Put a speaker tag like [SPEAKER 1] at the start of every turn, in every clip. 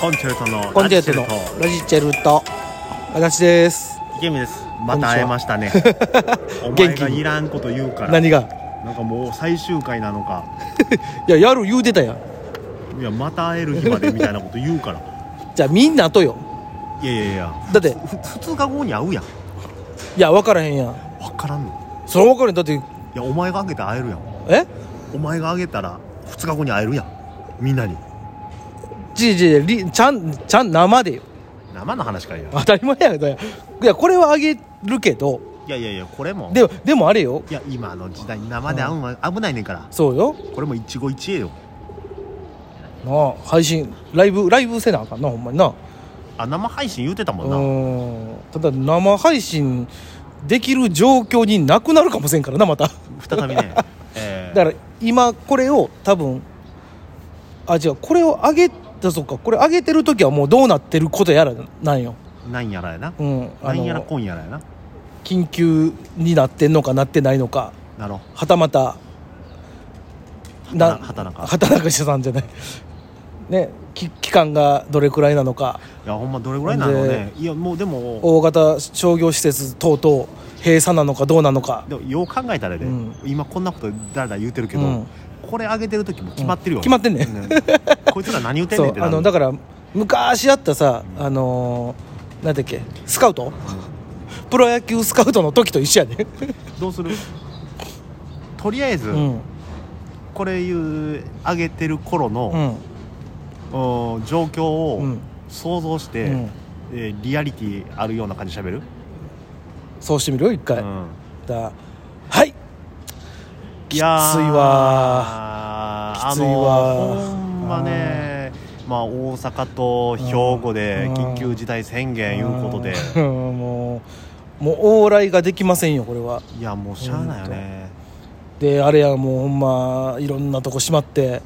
[SPEAKER 1] コンチェルトの
[SPEAKER 2] コンチェルトのラジチェルト私 です
[SPEAKER 1] 池見ですまた会えましたねお前がいらんこと言うから
[SPEAKER 2] 何が
[SPEAKER 1] なんかもう最終回なのか
[SPEAKER 2] いややる言うてたやん
[SPEAKER 1] いやまた会える日までみたいなこと言うから
[SPEAKER 2] じゃあみんなとよ
[SPEAKER 1] いやいやいや
[SPEAKER 2] だって
[SPEAKER 1] ふ2日後に会うやん
[SPEAKER 2] いや分からへんやん
[SPEAKER 1] 分からんの
[SPEAKER 2] それ分からへんだって
[SPEAKER 1] いやお前があげたら会えるやん
[SPEAKER 2] え
[SPEAKER 1] お前があげたら2日後に会えるやんみんなに
[SPEAKER 2] じいじいりちゃんちゃん生でよ
[SPEAKER 1] 生の話かいや
[SPEAKER 2] 当たり前やけどいやこれはあげるけど
[SPEAKER 1] いやいやいやこれも
[SPEAKER 2] ででもあれよ
[SPEAKER 1] いや今の時代生で会うんは危ないねんから
[SPEAKER 2] そうよ
[SPEAKER 1] これも一期一会よ
[SPEAKER 2] なあ配信ライブライブせなあかんなほんまにな
[SPEAKER 1] あ生配信言うてたもんな、
[SPEAKER 2] うんただ生配信できる状況になくなるかもしれんからなまた
[SPEAKER 1] 再びね、えー
[SPEAKER 2] だから今これを多分あ違うこれを上げたそうかこれ上げてる時はもうどうなってることやらなんよ、
[SPEAKER 1] なんやらやな、
[SPEAKER 2] うん、
[SPEAKER 1] な
[SPEAKER 2] あ
[SPEAKER 1] んやら
[SPEAKER 2] の
[SPEAKER 1] こんやらやな
[SPEAKER 2] 緊急になってんのかなってないのか
[SPEAKER 1] なろ
[SPEAKER 2] はたまたな
[SPEAKER 1] 畑中
[SPEAKER 2] 畑中さんじゃない ねき期間がどれくらいなのか
[SPEAKER 1] いやほんまどれぐらいなのねいやもうでも
[SPEAKER 2] 大型商業施設等々閉鎖なのかどうなのか
[SPEAKER 1] でもよう考えたらで、
[SPEAKER 2] うん
[SPEAKER 1] 今こんなことだらだら言うてるけど、
[SPEAKER 2] うん
[SPEAKER 1] これ上げてる時も決まってるよ、
[SPEAKER 2] うん決まってんね
[SPEAKER 1] うんこいつら何言うてん
[SPEAKER 2] そ
[SPEAKER 1] ねんって
[SPEAKER 2] うあ
[SPEAKER 1] なる
[SPEAKER 2] のだから昔あったさ、あのー、なんだっけスカウトプロ野球スカウトの時と一緒やね、
[SPEAKER 1] どうするとりあえず、
[SPEAKER 2] うん
[SPEAKER 1] これいう上げてる頃
[SPEAKER 2] う
[SPEAKER 1] の、
[SPEAKER 2] ん
[SPEAKER 1] うん状況
[SPEAKER 2] う
[SPEAKER 1] を
[SPEAKER 2] ん
[SPEAKER 1] 想像して、
[SPEAKER 2] うん
[SPEAKER 1] えーリアリティあるような感じしゃべる、
[SPEAKER 2] そうしてみるよ一回、
[SPEAKER 1] うん
[SPEAKER 2] だはい
[SPEAKER 1] いやー
[SPEAKER 2] きついわー
[SPEAKER 1] あ
[SPEAKER 2] きつい
[SPEAKER 1] の
[SPEAKER 2] わー
[SPEAKER 1] ほんまねまあ大阪と兵庫で
[SPEAKER 2] うん
[SPEAKER 1] 緊急事態宣言いうことで
[SPEAKER 2] うんもうもう往来ができませんよこれはい
[SPEAKER 1] やもうしゃあないよね
[SPEAKER 2] であれやもうほんまいろんなとこ閉まって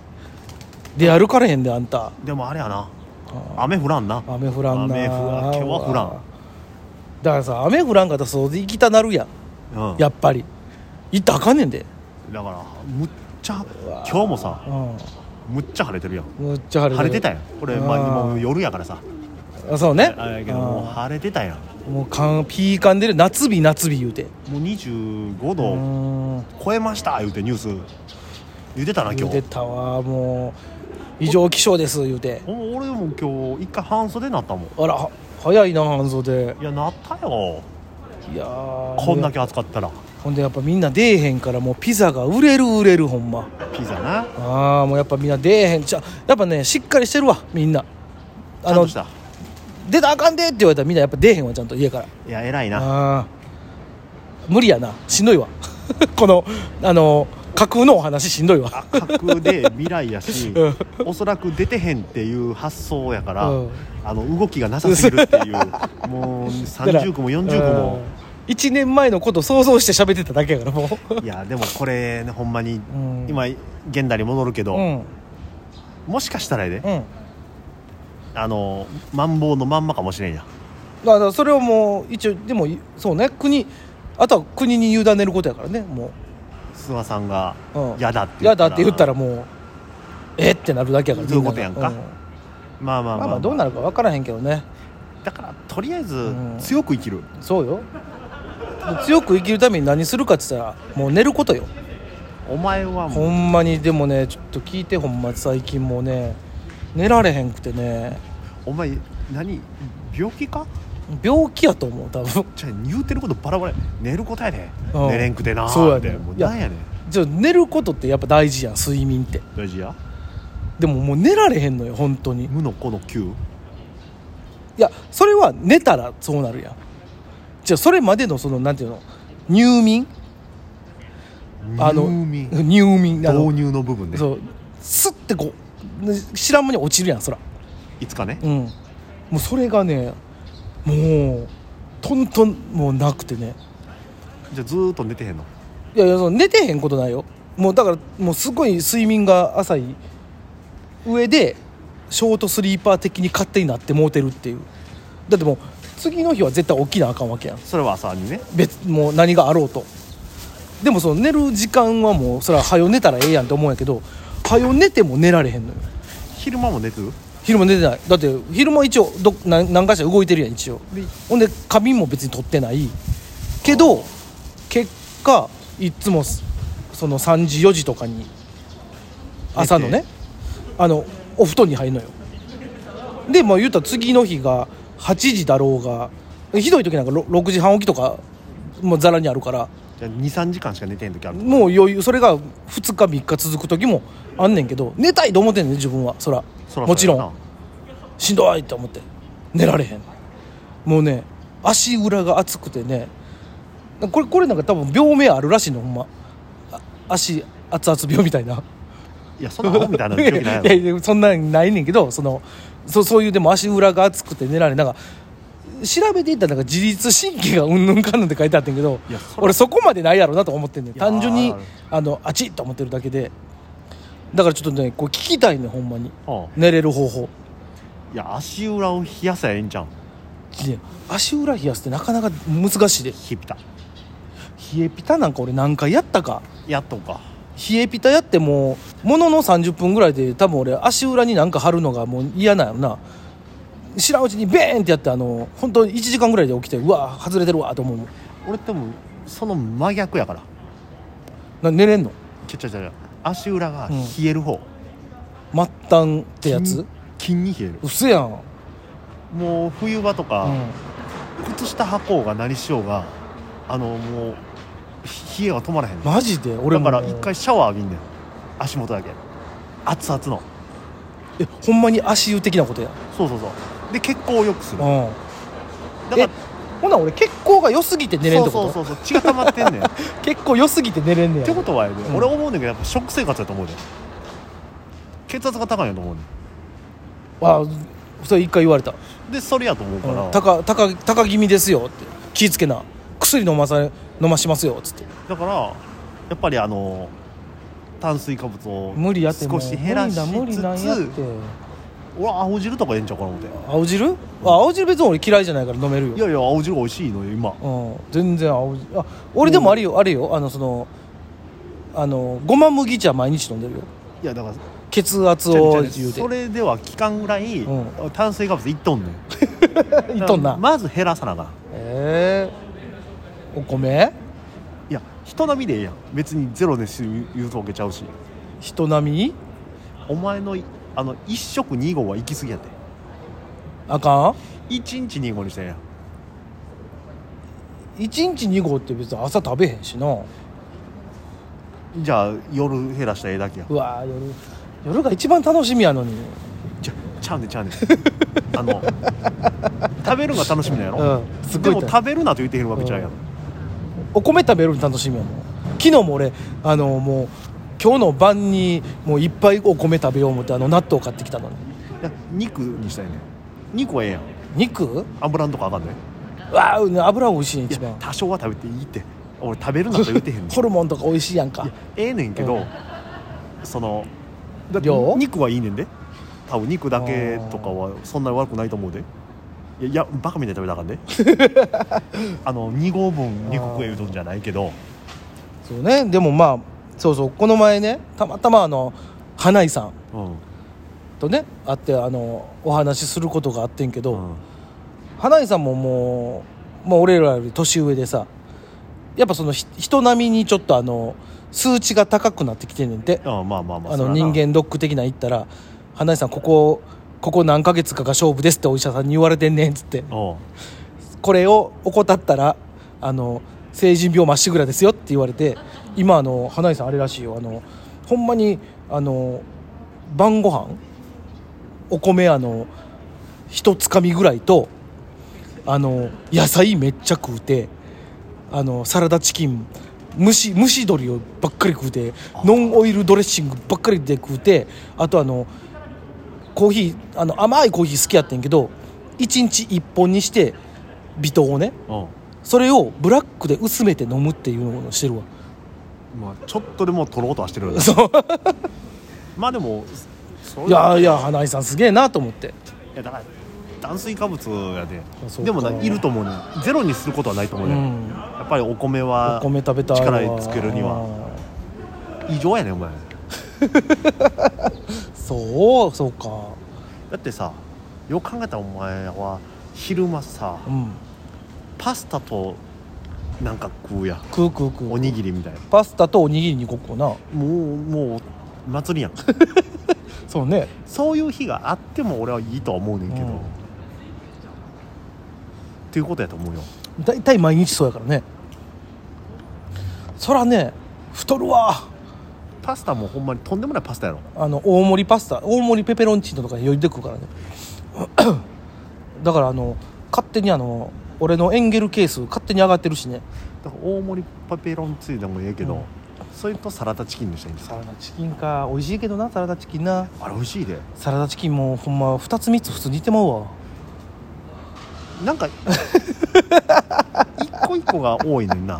[SPEAKER 2] で歩かれへんであんた
[SPEAKER 1] でもあれやな雨降らんな
[SPEAKER 2] 雨降らんな
[SPEAKER 1] 雨降らん今日は降らん
[SPEAKER 2] だからさ雨降らんかったらそう行きたなるやん
[SPEAKER 1] うん
[SPEAKER 2] やっぱり行ったらあかんねんで
[SPEAKER 1] だからむっちゃ今日もさ
[SPEAKER 2] う
[SPEAKER 1] むっちゃ晴れてるやん
[SPEAKER 2] んむっちゃ晴れ
[SPEAKER 1] 晴れてたやんこれまあ
[SPEAKER 2] うん
[SPEAKER 1] もう夜やからさ
[SPEAKER 2] あそうね
[SPEAKER 1] あれやけどもう晴れてたやん
[SPEAKER 2] うんもうかんピーカンでる夏日夏日言うて
[SPEAKER 1] もう25
[SPEAKER 2] う
[SPEAKER 1] 度
[SPEAKER 2] ん
[SPEAKER 1] 超えました言うてニュース言うてたな
[SPEAKER 2] 言
[SPEAKER 1] 今
[SPEAKER 2] うて
[SPEAKER 1] 日
[SPEAKER 2] たわもう異常気象です言うて
[SPEAKER 1] ほんま俺も今日一回半袖になったもん
[SPEAKER 2] あらは早いな半袖
[SPEAKER 1] いやなったよ
[SPEAKER 2] いやー
[SPEAKER 1] こんだけ扱ったら
[SPEAKER 2] ほんでやっぱみんな出えへんからもうピザが売れる売れるほんま
[SPEAKER 1] ピザな
[SPEAKER 2] ああもうやっぱみんな出えへんちゃやっぱねしっかりしてるわみんな
[SPEAKER 1] ちゃんとした
[SPEAKER 2] 出たらあかんでって言われたらみんなやっぱ出えへんわちゃんと家から
[SPEAKER 1] いや偉いな
[SPEAKER 2] ああ無理やなしんどいわ このあの架空のお話しんどいわ
[SPEAKER 1] 赤くで未来やし
[SPEAKER 2] うん
[SPEAKER 1] おそらく出てへんっていう発想やから、
[SPEAKER 2] うん
[SPEAKER 1] あの動きがなさすぎるって いうもう30個も40個も
[SPEAKER 2] 1年前のこと想像して喋ってただけやからもう
[SPEAKER 1] いやでもこれねほんまに、
[SPEAKER 2] ん
[SPEAKER 1] 今現代に戻るけど、
[SPEAKER 2] うん
[SPEAKER 1] もしかしたらやで、
[SPEAKER 2] うん
[SPEAKER 1] あのマンボウのまんまかもしれんや
[SPEAKER 2] だからそれをもう一応でもそうね国あとは国に委ねることやからねも
[SPEAKER 1] 諏訪さんが「
[SPEAKER 2] うん
[SPEAKER 1] やだ」って
[SPEAKER 2] うやだって言った
[SPEAKER 1] ら
[SPEAKER 2] らもうえってなるだけやから
[SPEAKER 1] そういうことやんか
[SPEAKER 2] みなが
[SPEAKER 1] まあまあ
[SPEAKER 2] う
[SPEAKER 1] ま
[SPEAKER 2] んま
[SPEAKER 1] あ,、
[SPEAKER 2] あまあどうなるか分からへんけどね
[SPEAKER 1] だからとりあえず
[SPEAKER 2] ん
[SPEAKER 1] 強く生きる、
[SPEAKER 2] そうよ強く生きるために何するかって言ったらもう寝ることよ
[SPEAKER 1] お前はもう
[SPEAKER 2] ほんまにでもねちょっと聞いてほんま最近もうね寝られへんくてね
[SPEAKER 1] お前何病気か
[SPEAKER 2] 病気やと思う多分
[SPEAKER 1] じゃあ言うてることバラバラや寝ることやで、
[SPEAKER 2] うん
[SPEAKER 1] 寝れんくてなー
[SPEAKER 2] そうや
[SPEAKER 1] って
[SPEAKER 2] ね
[SPEAKER 1] もう
[SPEAKER 2] いや
[SPEAKER 1] なんやねん
[SPEAKER 2] じゃあ寝ることってやっぱ大事やん睡眠って
[SPEAKER 1] 大事や
[SPEAKER 2] でももう寝られへんのよ本当に
[SPEAKER 1] 無の子の9
[SPEAKER 2] いやそれは寝たらそうなるやんじゃあそれまでのそのなんていうの入眠あの
[SPEAKER 1] 入眠
[SPEAKER 2] 入眠あの
[SPEAKER 1] 導入の部分で
[SPEAKER 2] そうスッてこうね知らん間に落ちるやんそら
[SPEAKER 1] いつかね
[SPEAKER 2] うんもうそれがねもうトントンもうなくてね
[SPEAKER 1] じゃあずーっと寝てへんの
[SPEAKER 2] いやいやその寝てへんことないよもうだからもうすごい睡眠が浅い上でショートスリーパー的に勝手になってもうてるっていうだってもう次の日は絶対起きなあかんわけやん
[SPEAKER 1] それは朝にね
[SPEAKER 2] 別もう何があろうとでもその寝る時間はもうそれは早寝たらええやんって思うんやけど早寝ても寝られへんのよ
[SPEAKER 1] 昼間も寝てる
[SPEAKER 2] 昼も寝てないだって昼も一応ど何何かしら動いてるやん一応
[SPEAKER 1] で
[SPEAKER 2] ほんで仮眠も別に取ってないけど結果いっつもすその3時4時とかに朝の
[SPEAKER 1] 寝
[SPEAKER 2] ね
[SPEAKER 1] て
[SPEAKER 2] あのお布団に入るのよでまあ言ったら次の日が8時だろうがひどい時なんかろ6時半起きとかもうざらにあるから
[SPEAKER 1] じゃあ23時間しか寝てん時ある
[SPEAKER 2] もう余裕それが2日3日続く時もあんねんけど寝たいと思ってんねん自分はそら
[SPEAKER 1] そら
[SPEAKER 2] もちろ
[SPEAKER 1] そうや
[SPEAKER 2] んしんどいと思って寝られへんもうね足裏が熱くてねこれこれなんか多分病名あるらしいのほんまあ足熱々病みたいな。
[SPEAKER 1] ないやそんなアホみたいな時ないやろ
[SPEAKER 2] いやいやそんなんないねんけどそのそそういうでも足裏が熱くて寝られなんか調べていったらなんか自律神経がうんぬんかんぬんって書いてあってんけど
[SPEAKER 1] いやそら
[SPEAKER 2] 俺そこまでないやろなと思ってんねん
[SPEAKER 1] いやー
[SPEAKER 2] 単純にあのあちっと思ってるだけでだからちょっとねこう聞きたいねほんまに
[SPEAKER 1] うん
[SPEAKER 2] 寝れる方法
[SPEAKER 1] いや足裏を冷やせばええんじゃん
[SPEAKER 2] いや足裏冷やすってなかなか難しいで
[SPEAKER 1] 冷えピタ
[SPEAKER 2] 冷えピタなんか俺何回やったか
[SPEAKER 1] やっとか
[SPEAKER 2] 冷えピタやってもものの30分ぐらいで多分俺足裏になんか貼るのがもう嫌なんやろな知らんうちにベーンってやってあの本当1時間ぐらいで起きてうわ外れてるわと思う
[SPEAKER 1] 俺でもその真逆やから
[SPEAKER 2] な寝れんの
[SPEAKER 1] ちょちょちょちょ足裏が冷える方、
[SPEAKER 2] 末端ってやつ
[SPEAKER 1] 筋に冷える
[SPEAKER 2] うそやん、
[SPEAKER 1] もう冬場とか、
[SPEAKER 2] うん
[SPEAKER 1] 靴下履こうが何しようがあのもうひ冷えは止まらへん
[SPEAKER 2] マジで俺
[SPEAKER 1] だ
[SPEAKER 2] も
[SPEAKER 1] から一回シャワー浴びんねん足元だけ熱々の
[SPEAKER 2] えほんまに足湯的なことや
[SPEAKER 1] そうそうそうで血行を良くす
[SPEAKER 2] う
[SPEAKER 1] る
[SPEAKER 2] ん
[SPEAKER 1] だか
[SPEAKER 2] え
[SPEAKER 1] ら
[SPEAKER 2] ほな俺血行が良すぎて寝れんってこと
[SPEAKER 1] そうそうそうそう血が溜まって んねんっ
[SPEAKER 2] 結構良すぎて寝れんねや
[SPEAKER 1] てことはやで、
[SPEAKER 2] うん
[SPEAKER 1] 俺思うねんだけどやっぱ食生活やと思うで血圧が高いんやと思うね
[SPEAKER 2] あそれ一回言われた
[SPEAKER 1] んでそれやと思うから、だか
[SPEAKER 2] 高高高気味ですよって気ぃつけな薬飲まさ飲ましますよっつって
[SPEAKER 1] らやっぱりあの炭水化物を
[SPEAKER 2] 無理やっても
[SPEAKER 1] 少
[SPEAKER 2] う
[SPEAKER 1] し減らしつつ
[SPEAKER 2] 無理なん無理なんやって
[SPEAKER 1] 俺青汁とかええんちゃうかな思って
[SPEAKER 2] 青汁あ青汁別に俺嫌いじゃないから飲めるよ
[SPEAKER 1] いやいや青汁美味しいのよ今
[SPEAKER 2] うん、全然青汁あ俺でもあれよあれよあのそのあのごま麦茶毎日飲んでるよ
[SPEAKER 1] いやだから
[SPEAKER 2] 血圧を言うて
[SPEAKER 1] それでは期間ぐらい、
[SPEAKER 2] う
[SPEAKER 1] 炭水化物いっとんねん
[SPEAKER 2] いっとんな
[SPEAKER 1] まず減らさなあかん
[SPEAKER 2] ええお米
[SPEAKER 1] いや人並みでええやん別にゼロで言うとけちゃうし
[SPEAKER 2] 人並み
[SPEAKER 1] お前のいあの1食2合は行き過ぎやて
[SPEAKER 2] あか
[SPEAKER 1] 1日2合にしてええやん
[SPEAKER 2] ん1日2合って別に朝食べへんしな
[SPEAKER 1] じゃあ夜減らしたらええだけや
[SPEAKER 2] うわー夜夜が一番楽しみやのに
[SPEAKER 1] ちゃちゃうねんちゃうねんあの食べるのが楽しみなんやろ、
[SPEAKER 2] うんすご
[SPEAKER 1] で
[SPEAKER 2] い
[SPEAKER 1] も食べるなと言ってへんわけちゃうやん、
[SPEAKER 2] うんお米食べるの楽しみやもん昨日も俺あのもう今日の晩にもういっぱいお米食べよう思ってあの納豆買ってきたのに
[SPEAKER 1] いや肉にしたらええねん肉はええやん
[SPEAKER 2] 肉
[SPEAKER 1] 油んとかあかんねん
[SPEAKER 2] わあ油美味しいね
[SPEAKER 1] い
[SPEAKER 2] 一番
[SPEAKER 1] や多少は食べていいって俺食べるなと言ってへんねん
[SPEAKER 2] ホルモンとか美味しいやんか
[SPEAKER 1] いやええねんけど、そのだって
[SPEAKER 2] 量
[SPEAKER 1] 肉はいいねんで多分肉だけとかはそんなに悪くないと思うでいやいやバカみたいに食べたらあかんで あの2合分肉食えうどんじゃないけど
[SPEAKER 2] そうねでもまあそうそうこの前ねたまたまあの花井さん
[SPEAKER 1] うん、
[SPEAKER 2] とね会ってあのお話しすることがあってんけど、
[SPEAKER 1] うん
[SPEAKER 2] 花井さんももう、まあ、俺らより年上でさやっぱそのひ人並みにちょっとあの数値が高くなってきてんねんて
[SPEAKER 1] あまあまあまあ
[SPEAKER 2] あ
[SPEAKER 1] そ
[SPEAKER 2] の
[SPEAKER 1] らな
[SPEAKER 2] 人間ドック的な言ったら「花井さんここここ何ヶ月かが勝負です」ってお医者さんに言われてんねんっつって
[SPEAKER 1] おう
[SPEAKER 2] これを怠ったらあの成人病まっしぐらですよって言われて今あの花井さんあれらしいよあのほんまにあの晩ご飯お米あの一つかみぐらいとあの野菜めっちゃ食うてあのサラダチキン蒸し蒸し鶏をばっかり食うてノンオイルドレッシングばっかりで食うてあとあのコーヒーあの甘いコーヒー好きやってんけど1日1本にして微糖をね
[SPEAKER 1] お
[SPEAKER 2] それをブラックで薄めて飲むっていうのをしてるわ
[SPEAKER 1] うまあ、ちょっとでも取ろうとはしてるよね
[SPEAKER 2] そう
[SPEAKER 1] まあでもそれ
[SPEAKER 2] いやいや花井さんすげえなと思って
[SPEAKER 1] いやだから炭水化物やで
[SPEAKER 2] あそう
[SPEAKER 1] で
[SPEAKER 2] か
[SPEAKER 1] もないると思うねんゼロにすることはないと思うね、
[SPEAKER 2] うん
[SPEAKER 1] ん、やっぱりお米
[SPEAKER 2] お
[SPEAKER 1] は
[SPEAKER 2] 米食べたいわ
[SPEAKER 1] 力つけるには異常やねんお前
[SPEAKER 2] そうそうか
[SPEAKER 1] だってさよく考えたらお前は昼間さ
[SPEAKER 2] うん
[SPEAKER 1] パスタとなんか食うやん
[SPEAKER 2] 食う食う食う
[SPEAKER 1] おにぎりみたいな
[SPEAKER 2] パスタとおにぎりにごっこな
[SPEAKER 1] もうもう祭りやん
[SPEAKER 2] そうね
[SPEAKER 1] そういう日があっても俺はいいとは思うねんけど、
[SPEAKER 2] うん
[SPEAKER 1] っていうことやと思うよ
[SPEAKER 2] 大体毎日そうやからねそらね太るわ
[SPEAKER 1] パスタもほんまにとんでもないパスタやろ
[SPEAKER 2] あの大盛りパスタ大盛りペペロンチーノとかに寄りてくるからね だからあの勝手にあの俺のエンゲル係数勝手に上がってるしね
[SPEAKER 1] だから大盛りパペロンつゆでもええけど、
[SPEAKER 2] うん
[SPEAKER 1] それとサラダチキンにしたいんです
[SPEAKER 2] サラダチキンか美味しいけどなサラダチキンな
[SPEAKER 1] あれ美味しいで
[SPEAKER 2] サラダチキンもほんま2つ3つ普通に似てまうわ
[SPEAKER 1] なんか一個一個が多いねんな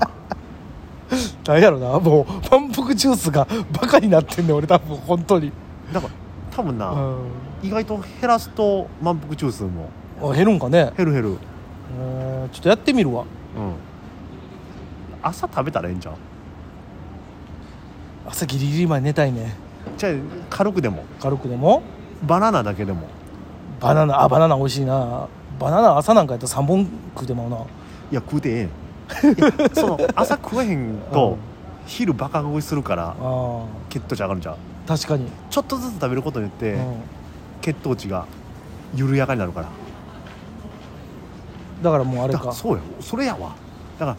[SPEAKER 2] なんやろなもう満腹ジュースがバカになってんねん俺多分本当に
[SPEAKER 1] だから多分な、
[SPEAKER 2] う
[SPEAKER 1] 意外と減らすと満腹中枢も
[SPEAKER 2] んあ減るんかね
[SPEAKER 1] 減る減るうん
[SPEAKER 2] うんちょっとやってみるわ
[SPEAKER 1] 朝食べたらええんちゃう
[SPEAKER 2] 朝ギリギリまで寝たいね
[SPEAKER 1] じゃあ軽くでも
[SPEAKER 2] 軽くでも
[SPEAKER 1] バナナだけでも
[SPEAKER 2] バナナあバナナ美味しいなバナナ朝なんかやったら3本食うてまうない
[SPEAKER 1] や食うてええやんいや その朝食えへん
[SPEAKER 2] うん
[SPEAKER 1] と昼バカ食いするから
[SPEAKER 2] あ
[SPEAKER 1] 血糖値上がるんちゃう
[SPEAKER 2] ー確かに、
[SPEAKER 1] ちょっとずつ食べることによって
[SPEAKER 2] う
[SPEAKER 1] 血糖値が緩やかになるから
[SPEAKER 2] ん、だからもうあれ
[SPEAKER 1] だ
[SPEAKER 2] か
[SPEAKER 1] そうよそれやわだか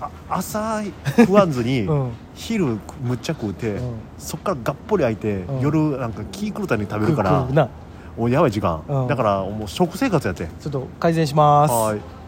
[SPEAKER 1] らあ朝食わんずに、
[SPEAKER 2] うん
[SPEAKER 1] 昼むっちゃ食うて、
[SPEAKER 2] うん
[SPEAKER 1] そっからがっぽり空いて、
[SPEAKER 2] うん
[SPEAKER 1] 夜なんか気狂ったように食べるか
[SPEAKER 2] 食う
[SPEAKER 1] ら
[SPEAKER 2] 食うな
[SPEAKER 1] おやばい時間、
[SPEAKER 2] うん
[SPEAKER 1] だからもう食生活やって
[SPEAKER 2] ちょっと改善します
[SPEAKER 1] はい